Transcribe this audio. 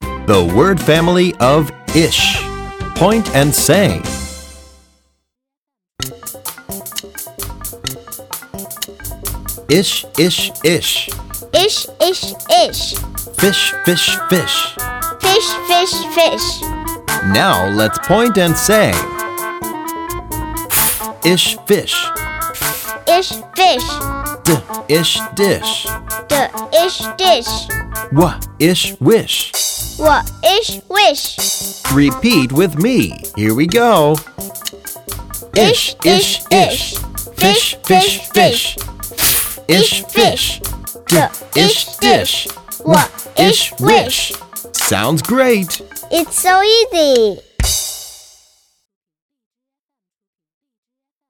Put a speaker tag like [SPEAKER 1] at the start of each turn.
[SPEAKER 1] The word family of ish. Point and say. Ish, ish, ish.
[SPEAKER 2] Ish, ish, ish.
[SPEAKER 1] Fish, fish, fish.
[SPEAKER 2] Fish, fish, fish.
[SPEAKER 1] Now let's point and say. Ish, fish.
[SPEAKER 2] Ish, fish.
[SPEAKER 1] D, ish, dish.
[SPEAKER 2] The ish dish.
[SPEAKER 1] Wa, ish, wish.
[SPEAKER 2] What ish wish.
[SPEAKER 1] Repeat with me. Here we go. Ish, ish, ish. Fish, fish, fish. Ish, fish. D, ish, dish. Wa, ish, wish. Sounds great.
[SPEAKER 2] It's so easy.